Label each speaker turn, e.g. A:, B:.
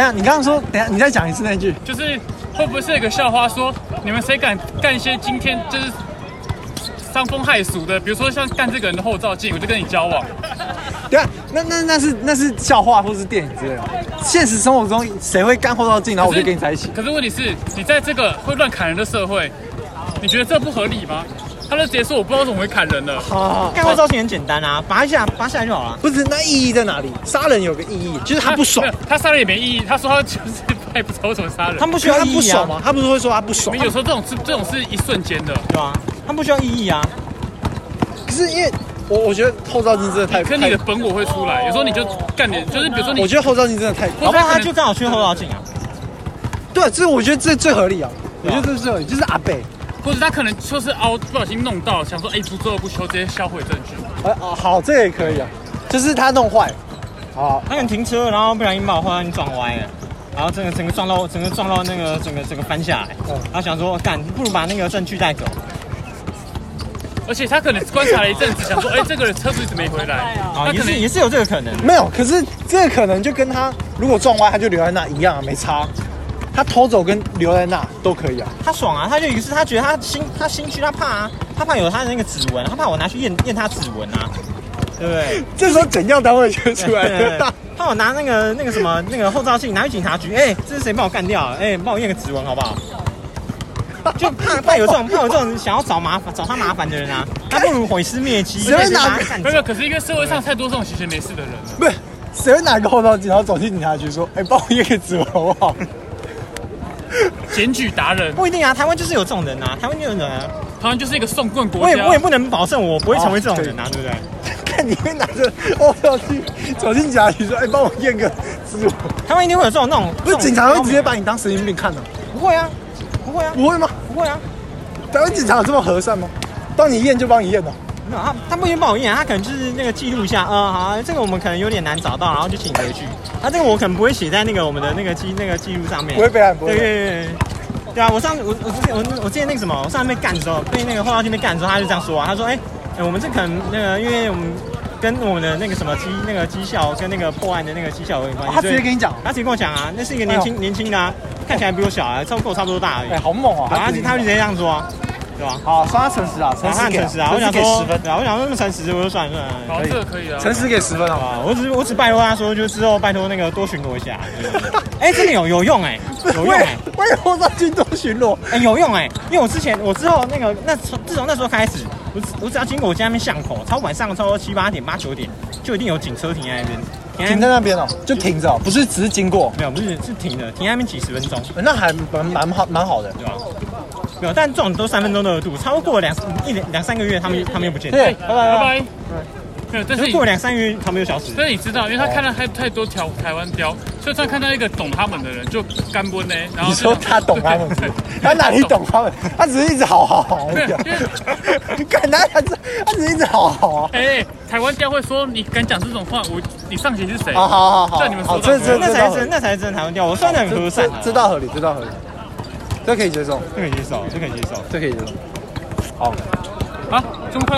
A: 等下，你刚刚说，等下你再讲一次那句。
B: 就是会不会是有个校花说，你们谁敢干一些今天就是伤风害俗的，比如说像干这个人的后照镜，我就跟你交往。
A: 哦等下，啊那那那是那是笑话或是电影之类的吗。现实生活中谁会干后照镜，然后我就跟你在一起？
B: 可是问题是，你在这个会乱砍人的社会，你觉得这不合理吗？他就直接说我不知道怎么会砍人了。
A: 啊，
C: 干后照镜很简单啊，拔一下，拔下来就好了。
A: 不是，那意义在哪里？杀人有个意义，就是 他不爽
B: 没有，，他杀人也没意义。他说他就是他也不知道为什么杀人。
C: 他们不需
A: 就
C: 要
A: 他
C: 意
A: 不
C: 义
A: 爽
C: 啊，
A: 嘛，他不是会说他不
B: 你
A: 爽
B: 们，有时候这种是这种是一瞬间的，
C: 对啊，他们不需要意义啊。
A: 可是因为我我觉得后照镜真的太，
B: 可是你的
A: 哎太哦
B: 本我会出来。有时候你就干点，就是比如说你
A: 我，觉得后照镜真的太，哦
C: 搞
B: 或
C: 不
B: 者
C: 好
B: 可
C: 他
B: 能
C: 就刚好缺后照镜啊。
A: 对，啊这我觉得这最合理啊，我觉得这是最合理，就是阿北，
B: 或者他可能就是凹不小心弄到，想说哎，不做不休，直接销毁证据。
A: 呃哦好，这个也可以啊，就是他弄坏，好，
C: 他可能停车，然后不小心把我后照镜撞歪了，然后整个整个撞到整个撞到那个整个整个翻下来
A: 嗯，
C: 然后想说干，不如把那个证据带走。
B: 而且他可能观察了一阵子，想说哎，这个人车子一直没回来。
A: 哦
C: 啊，
B: 他
C: 也
B: 可
C: 是
B: 能
C: 也是有这个可能。
A: 没有，可是这可能就跟他如果撞歪他就留在那一样啊，没差。他偷走跟留在那都可以啊。
C: 他爽啊，他就于是他觉得他心他心虚，他怕啊，他怕有他的那个指纹，啊他怕我拿去验验他指纹啊，对不 对？
A: 这时候怎样单位就出来
C: 对对对
A: 了。
C: 怕我拿那个那个什么那个后照镜拿去警察局，哎、这是谁帮我干掉？哎、帮我验个指纹好不好？就怕怕有这种怕有这种想要找麻烦找他麻烦 的人啊，他不如毁尸灭迹，
A: 谁会拿
C: 拿干
B: 没有没
C: 走
B: 有，可是因为社会上太多这种闲闲没事的人了。
A: 不是，谁会拿个后照镜，然后走进警察局说：“哎、帮我验个指 纹好不好
B: 检举达人，
C: 不一定啊，台湾就是有这种人啊，台湾就有人、啊，
B: 好像就是一个送棍国
C: 我也
B: 家。哦
C: 我也不能保证我不会成为这种人啊，对不对？？”
A: 看你会拿着后照镜哦走进警察局说：“哎、帮我验个指纹。
C: 台湾一定会有这种那种”，
A: 不是，警察会直接把你当神经病看的、
C: 不会啊，不会啊，
A: 不会吗？
C: 不会啊。
A: 台湾警察有这么和善吗？帮你验就帮你验的、
C: 没有，他他不一定帮我验，他可能就是那个记录一下，嗯，好，这个我们可能有点难找到，然后就请回去。那、这个我可能不会写在那个我们的那个记那个记录上面。
A: 不会被按，不
C: 对
A: 会
C: 对
A: 被按。
C: 对对。对啊，我上我我之前我我之前那个什么，我上次被干的时候，被那个后照镜被干的时候，他就这样说啊，他说，哎、哎我们这可能那个，因为我们跟我们的那个什么绩那个绩效跟那个破案的那个绩效有点关系。
A: 哦他直接
C: 所以
A: 跟你讲
C: 他直接跟我讲啊，那是一个年轻、年轻的、啊，看起来比我小啊，差不多跟我差不多大而已。
A: 哎、好猛哦、
C: 对啊，他就他就直
A: 就
C: 接这样说啊，对吧、
A: 好，算他诚实啊，
C: 然
A: 诚
C: 后他
A: 实
C: 很
A: 给
C: 诚实啊，我想
A: 给
C: 说
A: 十分，，
C: 对啊，我想说那么诚实，我就算了算了。
B: 好，这个可以啊。
A: 诚实给十分啊。
C: 啊，我只我只拜托他说，就之后拜托那个多巡逻 一下。哎，真的有有用哎，有用
A: 我
C: 哎
A: 也，我也后照镜多巡逻，
C: 哎有用哎，因为我之前我之后那个那自从那时候开始，我只我只要经过我家那边巷口，超晚上超过七八点八九点，就一定有警车停在那边，
A: 停在
C: 在
A: 那边哦、就停着、哦，不是只是经过，
C: 没有不是是停的，停在那边几十分钟，
A: 那还蛮蛮好蛮好的。
C: 对吧？没有，但这种都三分钟的额度，超过两一两两三个月，他们他们又不见，
A: 对，
B: 拜
A: 拜拜拜拜。
B: 拜。没有，但是
C: 就
B: 你
C: 过两三个月他们又消失。
B: 但是你知道，因为他看到太太多条台湾雕，所以他看到一个懂他们的人就干不呢。然后
A: 你
B: 就
A: 说他懂他们是不是？ 他哪里懂？他们？他只是一直好好好而已啊。敢他他只他只是一直好好啊。
B: 哎、台湾雕会说你敢讲这种话，我你上级是谁？
A: 好好好好，
B: 这你们说
A: 好这
B: 的
A: 这
C: 那
A: 这
C: 才
A: 倒
C: 是
A: 合
C: 真
A: 理，
C: 那才是真的台湾调，我算的很和善啊
A: 这，这倒合理，这倒合理，这可以接受，
C: 这可以接受，这可以接受。
A: 这可以接受。好。
B: 啊，这么快。